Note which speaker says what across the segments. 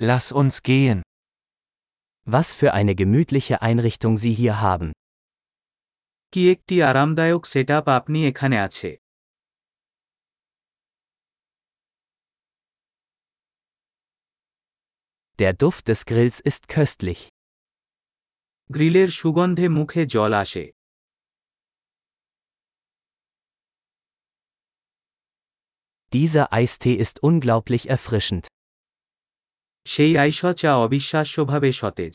Speaker 1: Lass uns gehen.
Speaker 2: Was für eine gemütliche Einrichtung Sie hier haben.
Speaker 3: কি একটি আরামদায়ক সেটআপ আপনি এখানে আছে
Speaker 2: Der Duft des Grills ist köstlich.
Speaker 3: গ্রিলের সুগন্ধে মুখে জল আসে
Speaker 2: Dieser Eistee ist unglaublich erfrischend.
Speaker 3: সেই আইস চা অবিশ্বাস্যভাবে সতেজ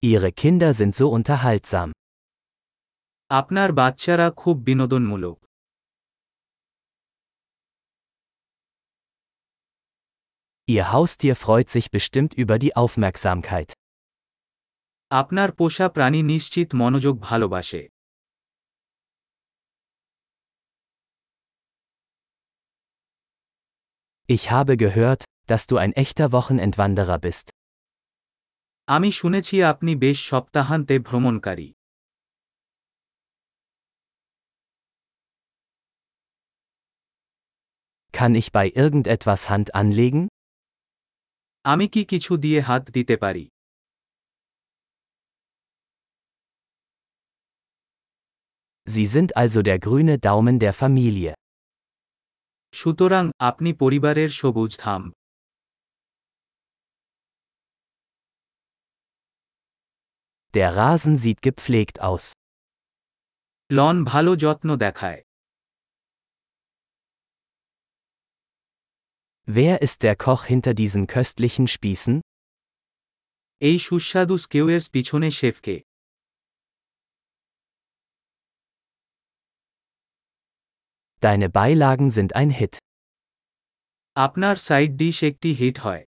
Speaker 2: Ihre Kinder sind so unterhaltsam.
Speaker 3: আপনার বাচ্চারা খুব বিনোদনমূলক
Speaker 2: Ihr Haustier freut sich bestimmt über die Aufmerksamkeit.
Speaker 3: আপনার পোষা প্রাণী নিশ্চিত মনোযোগ ভালোবাসে
Speaker 2: Ich habe gehört, dass du ein echter Wochenendwanderer bist.
Speaker 3: আমি শুনেছি আপনি বেশ সপ্তাহান্তে ভ্রমণকারী
Speaker 2: Kann ich bei irgendetwas Hand anlegen?
Speaker 3: আমি কি কিছু দিয়ে হাত দিতে পারি
Speaker 2: Sie sind also der grüne Daumen der Familie.
Speaker 3: সুতরাং আপনি পরিবারের সবুজ ধাম
Speaker 2: Der Rasen sieht gepflegt aus.
Speaker 3: লন ভালো যত্ন দেখায়
Speaker 2: Wer ist der Koch hinter diesen köstlichen Spießen?
Speaker 3: এই সুস্বাদু স্কেওয়ের পিছনে শেফকে
Speaker 2: Deine Beilagen sind ein Hit.
Speaker 3: আপনার সাইড ডিশ একটি হিট হয়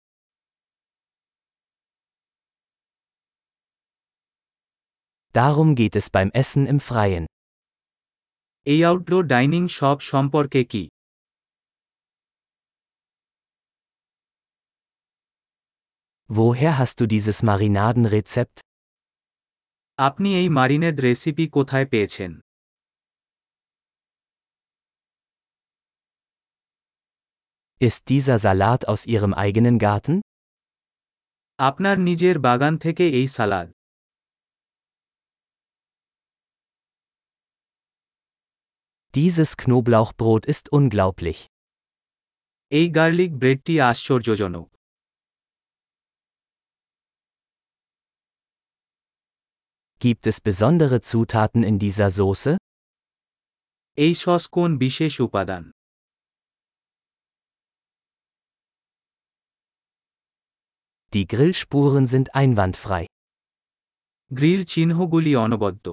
Speaker 2: Darum geht es beim Essen im Freien.
Speaker 3: এই আউটডোর ডাইনিং শপ সম্পর্কে কি
Speaker 2: Woher hast du dieses Marinadenrezept?
Speaker 3: আপনি এই মারিনেড রেসিপি কোথায় পেয়েছেন
Speaker 2: Ist dieser Salat aus ihrem eigenen Garten?
Speaker 3: আপনার নিজের বাগান থেকে এই সালাদ
Speaker 2: Dieses Knoblauchbrot ist unglaublich.
Speaker 3: এই গার্লিক ব্রেডটি আশ্চর্যজনক
Speaker 2: Gibt es besondere Zutaten in dieser Soße?
Speaker 3: এই সস কোন বিশেষ উপাদান
Speaker 2: Die Grillspuren sind einwandfrei.
Speaker 3: গ্রিল চিহ্নগুলি অনবদ্য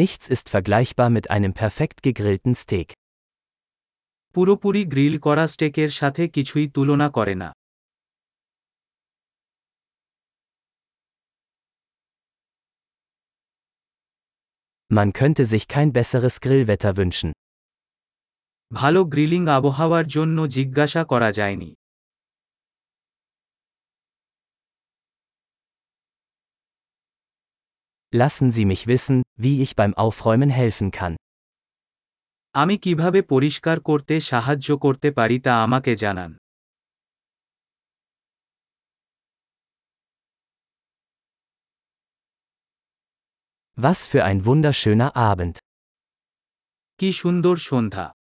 Speaker 2: Nichts ist vergleichbar mit einem perfekt gegrillten Steak.
Speaker 3: পুরোপুরি গ্রিল করা স্টেকের সাথে কিছুই তুলনা করে না
Speaker 2: Man könnte sich kein besseres Grillwetter wünschen.
Speaker 3: ভালো গ্রিলিং আবহাওয়ার জন্য জিজ্ঞাসা করা যায়নি
Speaker 2: Lassen Sie mich wissen, wie ich beim Aufräumen helfen kann.
Speaker 3: আমি কিভাবে পরিষ্কার করতে সাহায্য করতে পারি তা আমাকে জানান
Speaker 2: Was für ein wunderschöner Abend.
Speaker 3: কি সুন্দর সন্ধ্যা